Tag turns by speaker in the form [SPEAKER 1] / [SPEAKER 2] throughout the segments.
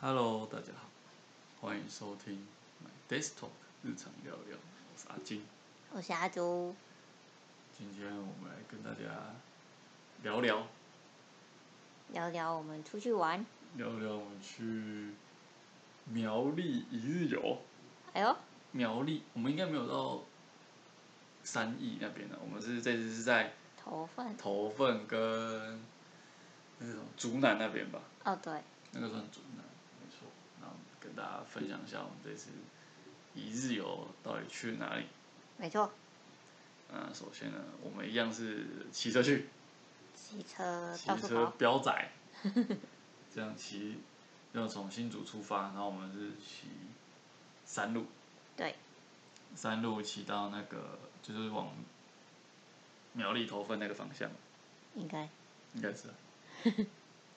[SPEAKER 1] Hello，大家好，欢迎收听 My Desk Talk 日常聊聊，我是阿金。
[SPEAKER 2] 我是阿朱，
[SPEAKER 1] 今天我们来跟大家聊聊
[SPEAKER 2] 聊聊我们出去玩。
[SPEAKER 1] 聊聊我们去苗栗一日游。
[SPEAKER 2] 哎呦，
[SPEAKER 1] 苗栗，我们应该没有到三义那边的，啊我们是这次是在
[SPEAKER 2] 头份
[SPEAKER 1] 头份跟那种竹南那边吧。
[SPEAKER 2] 哦，对，
[SPEAKER 1] 那个算准的，没错。那我们跟大家分享一下我们这次一日游到底去哪里。
[SPEAKER 2] 没错，
[SPEAKER 1] 那首先呢，我们一样是骑车去，
[SPEAKER 2] 骑车
[SPEAKER 1] 骑
[SPEAKER 2] 到处
[SPEAKER 1] 车
[SPEAKER 2] 跑，
[SPEAKER 1] 飙仔， 这样骑，要从新竹出发，然后我们是骑山路，
[SPEAKER 2] 对，
[SPEAKER 1] 山路骑到那个就是往苗栗头份那个方向，
[SPEAKER 2] 应该
[SPEAKER 1] 应该 是啊。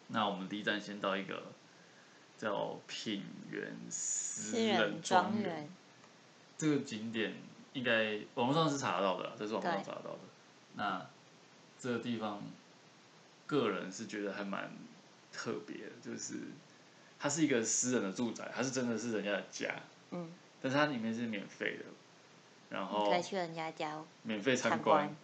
[SPEAKER 1] 那我们第一站先到一个叫品源私
[SPEAKER 2] 私
[SPEAKER 1] 人
[SPEAKER 2] 人
[SPEAKER 1] 庄
[SPEAKER 2] 庄
[SPEAKER 1] 园。
[SPEAKER 2] 园，
[SPEAKER 1] 这个景点应该网络上是查得到的啦，这是网络上
[SPEAKER 2] 对
[SPEAKER 1] 查得到的。那这个地方，个人是觉得还蛮特别的，就是它是一个私人的住宅，它是真的是人家的家，
[SPEAKER 2] 嗯，
[SPEAKER 1] 但是它里面是免费的，然后
[SPEAKER 2] 可以去人家家，哦
[SPEAKER 1] 免费参
[SPEAKER 2] 参观
[SPEAKER 1] 观，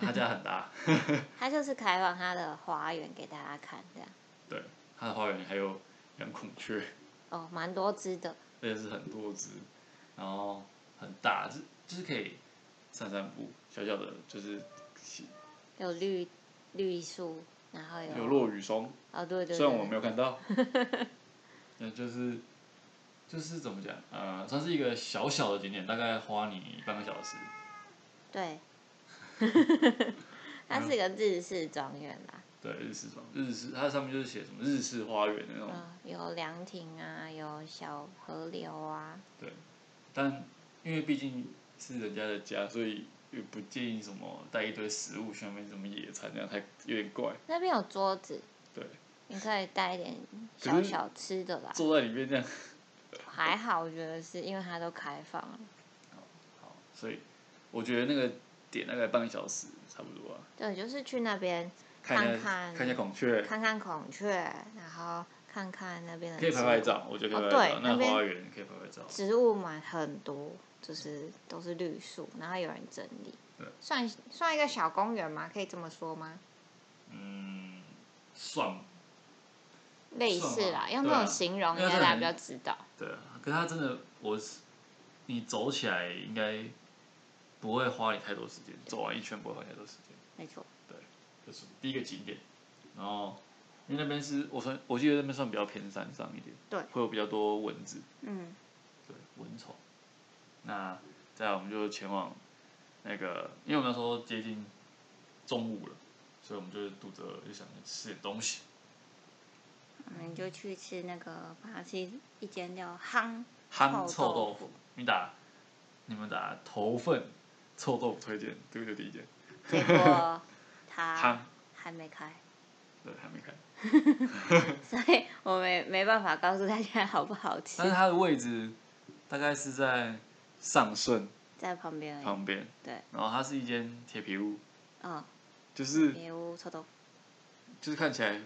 [SPEAKER 1] 他家很大，
[SPEAKER 2] 他就是开放他的花园给大家看，这样
[SPEAKER 1] 对，它的花园还有养孔雀，
[SPEAKER 2] 哦，蛮多只的，
[SPEAKER 1] 而且是很多只，然后很大，就是就是可以散散步，小小的，就是
[SPEAKER 2] 有绿绿树，然后
[SPEAKER 1] 有
[SPEAKER 2] 有
[SPEAKER 1] 落雨松。
[SPEAKER 2] 哦，对对
[SPEAKER 1] 虽然我没
[SPEAKER 2] 对，
[SPEAKER 1] 有看到， 那就是就是怎么讲，呃，算是一个小小的景点，大概花你半个小时。
[SPEAKER 2] 对， 它是一个日式庄园啦，
[SPEAKER 1] 对，日式装，日式，它上面就是写什么日式花园的那种，
[SPEAKER 2] 嗯，有凉亭啊，有小河流啊，
[SPEAKER 1] 但因为毕竟是人家的家，所以也不建议什么带一堆食物去那边什么野餐，这样太有点怪。
[SPEAKER 2] 那边有桌子，
[SPEAKER 1] 对，
[SPEAKER 2] 你可以带一点
[SPEAKER 1] 可
[SPEAKER 2] 小
[SPEAKER 1] 是
[SPEAKER 2] 小吃的啦。
[SPEAKER 1] 坐在里面这样，
[SPEAKER 2] 还好，我觉得是因为它都开放了，
[SPEAKER 1] 好，所以我觉得那个点大概半个小时差不多啊，
[SPEAKER 2] 对，就是去那边
[SPEAKER 1] 看一下
[SPEAKER 2] 看看
[SPEAKER 1] 一下孔雀，
[SPEAKER 2] 看看孔雀，然后看看那边的
[SPEAKER 1] 可以拍
[SPEAKER 2] 植
[SPEAKER 1] 拍
[SPEAKER 2] 物
[SPEAKER 1] 照，我觉得可以拍
[SPEAKER 2] 哦
[SPEAKER 1] 拍照，
[SPEAKER 2] 对
[SPEAKER 1] 那
[SPEAKER 2] 那边
[SPEAKER 1] 花园可以拍拍照。
[SPEAKER 2] 植物嘛很多，就是都是绿树，然后有人整理
[SPEAKER 1] 对，
[SPEAKER 2] 算算一个小公园吗？可以这么说吗？
[SPEAKER 1] 嗯，算
[SPEAKER 2] 类
[SPEAKER 1] 算
[SPEAKER 2] 似
[SPEAKER 1] 吧
[SPEAKER 2] 啦，用
[SPEAKER 1] 对
[SPEAKER 2] 这
[SPEAKER 1] 啊
[SPEAKER 2] 种形容，
[SPEAKER 1] 因为
[SPEAKER 2] 应该
[SPEAKER 1] 它
[SPEAKER 2] 大家
[SPEAKER 1] 很
[SPEAKER 2] 比较知道。
[SPEAKER 1] 对啊，可是它真的，我是你走起来应该不会花你太多时间，走完一圈不会花你太多时间。
[SPEAKER 2] 没错，
[SPEAKER 1] 这是第一个景点，然后因为那边是我算，我记得那边算比较偏山上一点，
[SPEAKER 2] 对
[SPEAKER 1] 会有比较多蚊子，
[SPEAKER 2] 嗯，
[SPEAKER 1] 对，蚊虫。那再来我们就前往那个，因为我们那时候接近中午了，所以我们就是肚子饿，就想吃点东西。
[SPEAKER 2] 我们就去吃那个巴西一间叫夯
[SPEAKER 1] 夯臭
[SPEAKER 2] 臭
[SPEAKER 1] 豆
[SPEAKER 2] 豆
[SPEAKER 1] 腐，你打你们打头份臭豆腐推荐，这个就第一件。
[SPEAKER 2] 结 果他
[SPEAKER 1] 汤
[SPEAKER 2] 还没开，
[SPEAKER 1] 对，还没开，
[SPEAKER 2] 所以我没没办法告诉大家好不好吃
[SPEAKER 1] 但，是它的位置大概是在上顺
[SPEAKER 2] 在旁边而已。
[SPEAKER 1] 旁边，
[SPEAKER 2] 对，
[SPEAKER 1] 然后它是一间铁皮屋，
[SPEAKER 2] 嗯，
[SPEAKER 1] 就是
[SPEAKER 2] 也无臭豆腐，
[SPEAKER 1] 就是看起来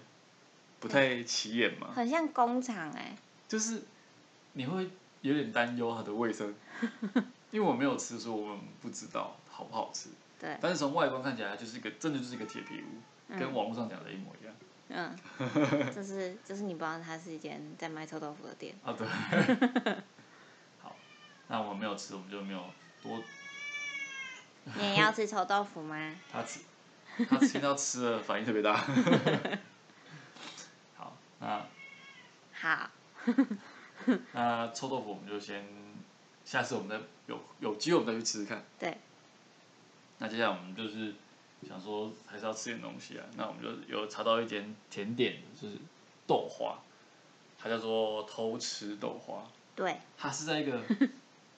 [SPEAKER 1] 不太起眼嘛，
[SPEAKER 2] 很像工厂哎、
[SPEAKER 1] 就是你会有点担忧它的卫 生，因为我没有吃，所以我们不知道好不好吃。
[SPEAKER 2] 对，
[SPEAKER 1] 但是从外观看起来，它就是一个真的就是一个铁皮屋，跟
[SPEAKER 2] 嗯
[SPEAKER 1] 网络上讲的一模一样。
[SPEAKER 2] 嗯， 就是就是你不知道它是一间在卖臭豆腐的 店，
[SPEAKER 1] 啊，对。好，那我们没有吃，我们就没有多。
[SPEAKER 2] 你也要吃臭豆腐吗？
[SPEAKER 1] 他吃，他听到吃了反应特别大。好，那
[SPEAKER 2] 好，
[SPEAKER 1] 那臭豆腐我们就先，下次我们再有有机会我们再去吃吃看。
[SPEAKER 2] 对，
[SPEAKER 1] 那接下来我们就是想说还是要吃点东西啊，那我们就有查到一点甜点，就是豆花，它叫做偷吃豆花，
[SPEAKER 2] 对，
[SPEAKER 1] 它是在一个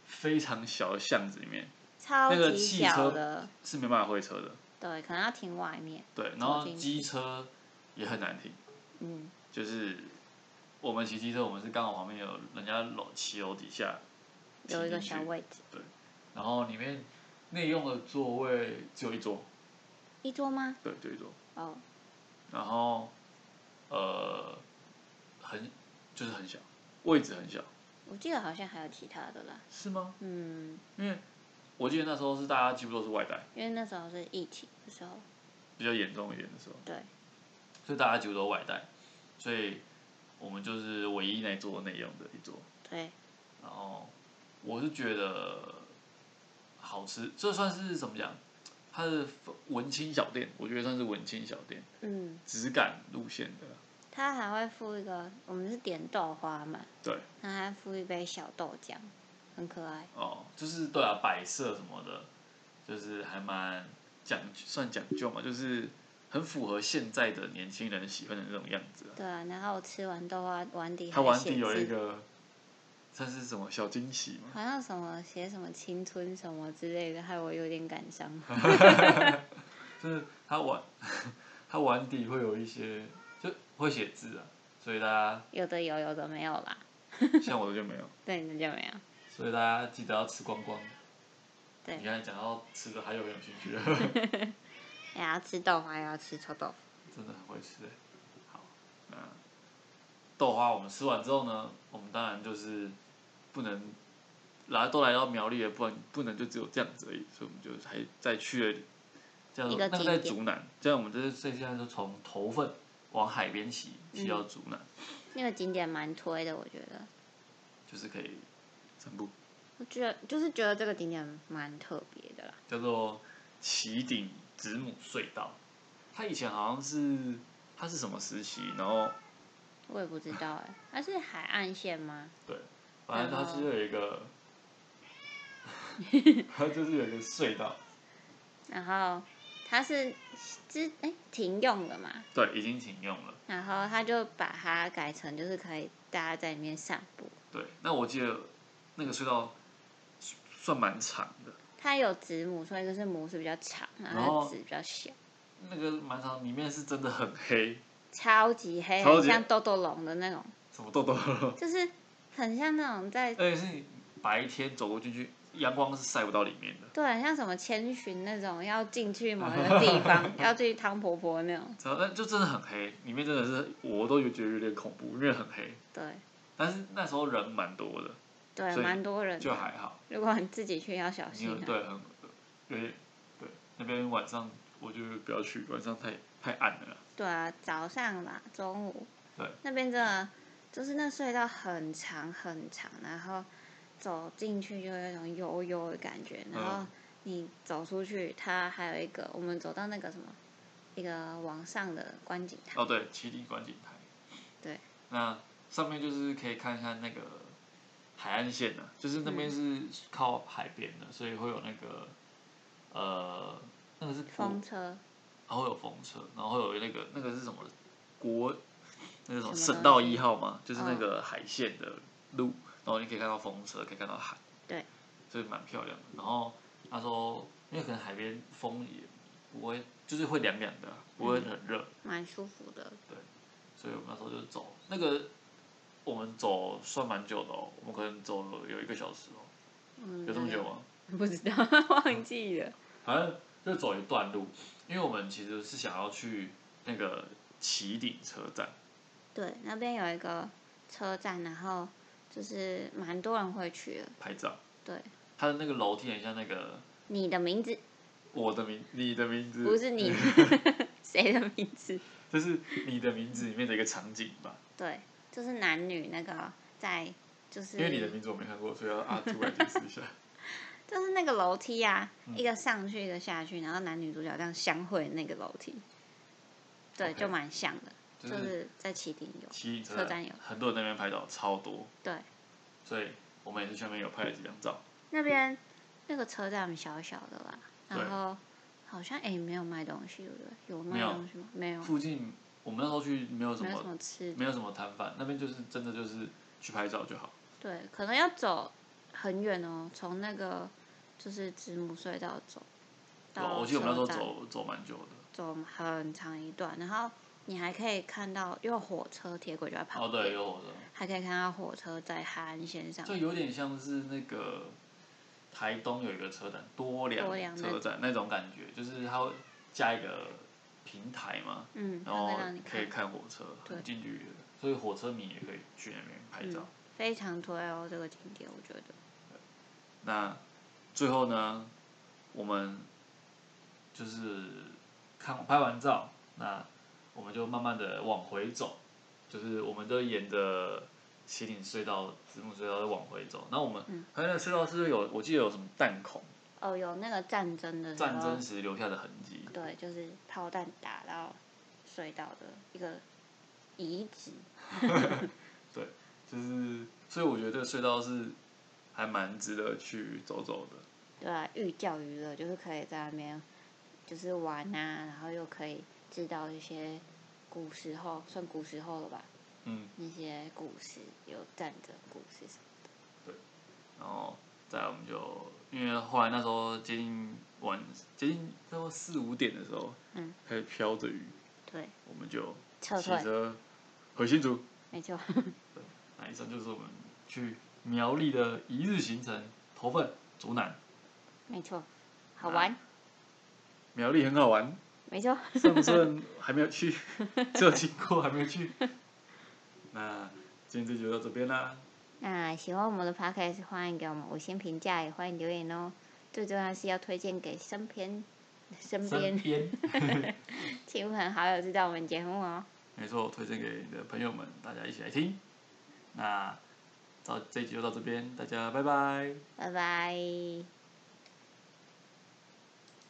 [SPEAKER 1] 非常小的巷子里面，
[SPEAKER 2] 超
[SPEAKER 1] 那个
[SPEAKER 2] 级
[SPEAKER 1] 汽
[SPEAKER 2] 小
[SPEAKER 1] 车
[SPEAKER 2] 的，
[SPEAKER 1] 是没办法会车的。
[SPEAKER 2] 对，可能要停外面，
[SPEAKER 1] 对，然后
[SPEAKER 2] 走进去
[SPEAKER 1] 机车也很难停，
[SPEAKER 2] 嗯，
[SPEAKER 1] 就是我们骑机车，我们是刚好旁边有人家楼骑楼底下，
[SPEAKER 2] 有一个
[SPEAKER 1] 骑进
[SPEAKER 2] 小
[SPEAKER 1] 去
[SPEAKER 2] 位置，
[SPEAKER 1] 然后里面内用的座位只有一桌，
[SPEAKER 2] 一桌吗？
[SPEAKER 1] 对，就一桌，
[SPEAKER 2] 哦，
[SPEAKER 1] 然后呃很就是很小，位置很小，
[SPEAKER 2] 我记得好像还有其他的啦。
[SPEAKER 1] 是吗？
[SPEAKER 2] 嗯，
[SPEAKER 1] 因为我记得那时候是大家几乎都是外带，
[SPEAKER 2] 因为那时候是疫情的时候，
[SPEAKER 1] 比较严重一点的时候，
[SPEAKER 2] 对，
[SPEAKER 1] 所以大家几乎都外带，所以我们就是唯一那一桌内用的一桌。
[SPEAKER 2] 对，
[SPEAKER 1] 然后我是觉得好吃，这算是怎么讲？它是文青小店，我觉得算是文青小店，
[SPEAKER 2] 嗯，
[SPEAKER 1] 质感路线的。
[SPEAKER 2] 他还会附一个，我们是点豆花嘛，
[SPEAKER 1] 对，
[SPEAKER 2] 他还附一杯小豆浆，很可爱。
[SPEAKER 1] 哦，就是对啊，摆设什么的，就是还蛮讲算讲究嘛，就是很符合现在的年轻人喜欢的那种样子、啊。
[SPEAKER 2] 对啊，然后吃完豆花碗底
[SPEAKER 1] 它
[SPEAKER 2] 还
[SPEAKER 1] 碗
[SPEAKER 2] 写
[SPEAKER 1] 底有一
[SPEAKER 2] 字，
[SPEAKER 1] 个，算是什么小惊喜嘛？
[SPEAKER 2] 好像什么写什么青春什么之类的，害我有点感 伤。
[SPEAKER 1] 就是它 碗，它碗底会有一些，就会写字啊，所以大家
[SPEAKER 2] 有的有，有的没有啦。
[SPEAKER 1] 像我的就没有，
[SPEAKER 2] 对，那就没有。
[SPEAKER 1] 所以大家记得要吃光光。
[SPEAKER 2] 对
[SPEAKER 1] 你刚才讲到吃的，还 有没有兴趣？
[SPEAKER 2] 也要吃豆花，也要吃臭豆腐。
[SPEAKER 1] 真的很会吃欸好，那豆花我们吃完之后呢，我们当然就是不能来都来到苗栗了，不然不能就只有这样子而已，所以我们就还再去了，这样
[SPEAKER 2] 一个
[SPEAKER 1] 那个
[SPEAKER 2] 景
[SPEAKER 1] 在
[SPEAKER 2] 点
[SPEAKER 1] 竹南，这样我们这这现在就从头份往海边骑，骑
[SPEAKER 2] 嗯
[SPEAKER 1] 到竹南，
[SPEAKER 2] 那个景点蛮推的，我觉得。
[SPEAKER 1] 就是可以散步，
[SPEAKER 2] 我觉得就是觉得这个景点蛮特别的啦。
[SPEAKER 1] 叫做旗顶子母隧道。它以前好像是它是什么时期，然后
[SPEAKER 2] 我也不知道哎、它是海岸线吗？
[SPEAKER 1] 对，反正它
[SPEAKER 2] 然后
[SPEAKER 1] 是有一个，它就是有一个隧道，
[SPEAKER 2] 然后它是之哎、停用了嘛，
[SPEAKER 1] 对，已经停用了。
[SPEAKER 2] 然后他就把它改成就是可以大家在里面散步。
[SPEAKER 1] 对，那我记得那个隧道算算蛮长的，
[SPEAKER 2] 它有子母，所以就是母是比较长，然
[SPEAKER 1] 然
[SPEAKER 2] 后
[SPEAKER 1] 后
[SPEAKER 2] 子比较小，
[SPEAKER 1] 那个蛮长，里面是真的很黑，
[SPEAKER 2] 超级黑，
[SPEAKER 1] 超
[SPEAKER 2] 很
[SPEAKER 1] 级
[SPEAKER 2] 像豆豆龙的那种，
[SPEAKER 1] 什么痘痘，
[SPEAKER 2] 就是很像那种在
[SPEAKER 1] 而且是你白天走过进去，阳光是晒不到里面的，
[SPEAKER 2] 对，很像什么千寻那种要进去某一个地 方，要去汤婆婆那种。
[SPEAKER 1] 然后但就真的很黑，里面真的是我都有觉得有点恐怖，因为很黑。
[SPEAKER 2] 对
[SPEAKER 1] 但是那时候人蛮多的，
[SPEAKER 2] 对，
[SPEAKER 1] 所以
[SPEAKER 2] 蛮多人的。
[SPEAKER 1] 就还好。
[SPEAKER 2] 如果你自己去要小
[SPEAKER 1] 因
[SPEAKER 2] 心
[SPEAKER 1] 为
[SPEAKER 2] 啊。
[SPEAKER 1] 对很有点对那边晚上我就不要去，晚上太太暗了啦。
[SPEAKER 2] 对啊，早上啦，中午。
[SPEAKER 1] 对。
[SPEAKER 2] 那边真的就是那隧道很长很长，然后走进去就有一种悠悠的感觉，然后
[SPEAKER 1] 嗯
[SPEAKER 2] 你走出去，它还有一个，我们走到那个什么，一个往上的观景台。
[SPEAKER 1] 哦，对，七里观景台。
[SPEAKER 2] 对。
[SPEAKER 1] 那上面就是可以看看那个海岸线啊，就是那边是靠海边的，所以会有那个呃，那个是国
[SPEAKER 2] 风，车，
[SPEAKER 1] 然后会有风车，然后会有那个那个是什么国那个什么
[SPEAKER 2] 什么嗯
[SPEAKER 1] 省
[SPEAKER 2] 东
[SPEAKER 1] 道
[SPEAKER 2] 西
[SPEAKER 1] 一号嘛，就是那个海线的路，然后你可以看到风车，可以看到海，
[SPEAKER 2] 对，
[SPEAKER 1] 所以蛮漂亮的。然后他说，因为可能海边风也不会，就是会凉凉的啊，不
[SPEAKER 2] 嗯
[SPEAKER 1] 会很热。
[SPEAKER 2] 蛮舒服的。
[SPEAKER 1] 所以我们那时候就走那个，我们走算蛮久的哦，我们可能走了有一个小时哦，
[SPEAKER 2] 嗯，
[SPEAKER 1] 有这么久吗？
[SPEAKER 2] 不知道，忘记了。
[SPEAKER 1] 反正就走一段路，因为我们其实是想要去那个旗顶车站，
[SPEAKER 2] 对，那边有一个车站，然后就是蛮多人会去的。
[SPEAKER 1] 拍照。
[SPEAKER 2] 对，
[SPEAKER 1] 它的那个楼梯很像那个
[SPEAKER 2] 你的名字
[SPEAKER 1] 我的名，你的名字，
[SPEAKER 2] 不是 你，谁的名字？
[SPEAKER 1] 就是你的名字里面的一个场景吧。
[SPEAKER 2] 对，就是男女那个在就是
[SPEAKER 1] 因为你的名字我没看过，所以要啊，突然解释一下。
[SPEAKER 2] 就是那个楼梯啊，
[SPEAKER 1] 嗯
[SPEAKER 2] 一个上去一个下去，然后男女主角这样相会那个楼梯，对
[SPEAKER 1] OK 嗯
[SPEAKER 2] 就蛮像的，
[SPEAKER 1] 就
[SPEAKER 2] 就是是在起顶有，
[SPEAKER 1] 旗顶车
[SPEAKER 2] 车站有
[SPEAKER 1] 很多人在那边拍照，超多，
[SPEAKER 2] 对，
[SPEAKER 1] 所以我们也是去那边有拍了几张照。
[SPEAKER 2] 那边那个车站小小的啦，
[SPEAKER 1] 对
[SPEAKER 2] 然后好像哎、没有卖东西，对不对？有卖
[SPEAKER 1] 没有
[SPEAKER 2] 东西吗？没有，
[SPEAKER 1] 附近我们那时候去没有什
[SPEAKER 2] 没有
[SPEAKER 1] 么
[SPEAKER 2] 什么吃的，
[SPEAKER 1] 没有什么摊贩，那边就是真的就是去拍照就好。
[SPEAKER 2] 对，可能要走很远哦，从那个就是子母隧道走
[SPEAKER 1] 对吧
[SPEAKER 2] 到
[SPEAKER 1] 哦我记得我们那时
[SPEAKER 2] 哦车站
[SPEAKER 1] 候走走蛮久的。
[SPEAKER 2] 走很长一段，然后你还可以看到，因为火车铁轨就在
[SPEAKER 1] 哦，
[SPEAKER 2] 旁边，
[SPEAKER 1] 对，有火车，
[SPEAKER 2] 还可以看到火车在海岸线上。
[SPEAKER 1] 就有点像是那个台东有一个车站多良
[SPEAKER 2] 多良那
[SPEAKER 1] 车站那种感觉，就是它会加一个平台嘛，
[SPEAKER 2] 嗯，
[SPEAKER 1] 然
[SPEAKER 2] 它
[SPEAKER 1] 后
[SPEAKER 2] 会让你
[SPEAKER 1] 可以
[SPEAKER 2] 看。
[SPEAKER 1] 看火车，
[SPEAKER 2] 对
[SPEAKER 1] 很近距离的，所以火车迷也可以去那边拍照。
[SPEAKER 2] 非常推哦，这个景点我觉得。
[SPEAKER 1] 那最后呢，我们就是看拍完照，那我们就慢慢的往回走，就是我们都沿着西岭隧道、子母隧道就往回走。那我们
[SPEAKER 2] 嗯
[SPEAKER 1] 还有那个隧道是不是有，我记得有什么弹孔，
[SPEAKER 2] 哦，有那个战争的时候，
[SPEAKER 1] 战争时留下的痕迹。
[SPEAKER 2] 对，就是炮弹打到隧道的一个遗址。
[SPEAKER 1] 就是，所以我觉得这个隧道是还蛮值得去走走的。
[SPEAKER 2] 对啊，寓教于乐就是可以在那边就是玩啊，然后又可以知道一些古时候，算古时候了吧？
[SPEAKER 1] 嗯，
[SPEAKER 2] 那些故事有战争故事什么的。
[SPEAKER 1] 然后再来我们就因为后来那时候接近晚接近差不多四五点的时候，
[SPEAKER 2] 嗯，
[SPEAKER 1] 开始飘着雨，
[SPEAKER 2] 对，
[SPEAKER 1] 我们就
[SPEAKER 2] 撤
[SPEAKER 1] 骑
[SPEAKER 2] 退，
[SPEAKER 1] 车回新竹。
[SPEAKER 2] 没错。
[SPEAKER 1] 那以上就是我们去苗栗的一日行程，头份、竹南，
[SPEAKER 2] 没错，好玩，
[SPEAKER 1] 苗栗很好玩，
[SPEAKER 2] 没错，
[SPEAKER 1] 上顺还没有去，只有经过还没有去。那今天这集就到这边啦，
[SPEAKER 2] 那喜欢我们的 podcast，欢迎给我们五星评价，也欢迎留言哦。最重要是要推荐给身边、身
[SPEAKER 1] 身
[SPEAKER 2] 边
[SPEAKER 1] 边。
[SPEAKER 2] 亲朋好友知道我们节目哦。
[SPEAKER 1] 没错，推荐给你的朋友们，大家一起来听。那到这一集就到这边，大家拜拜。
[SPEAKER 2] 拜拜。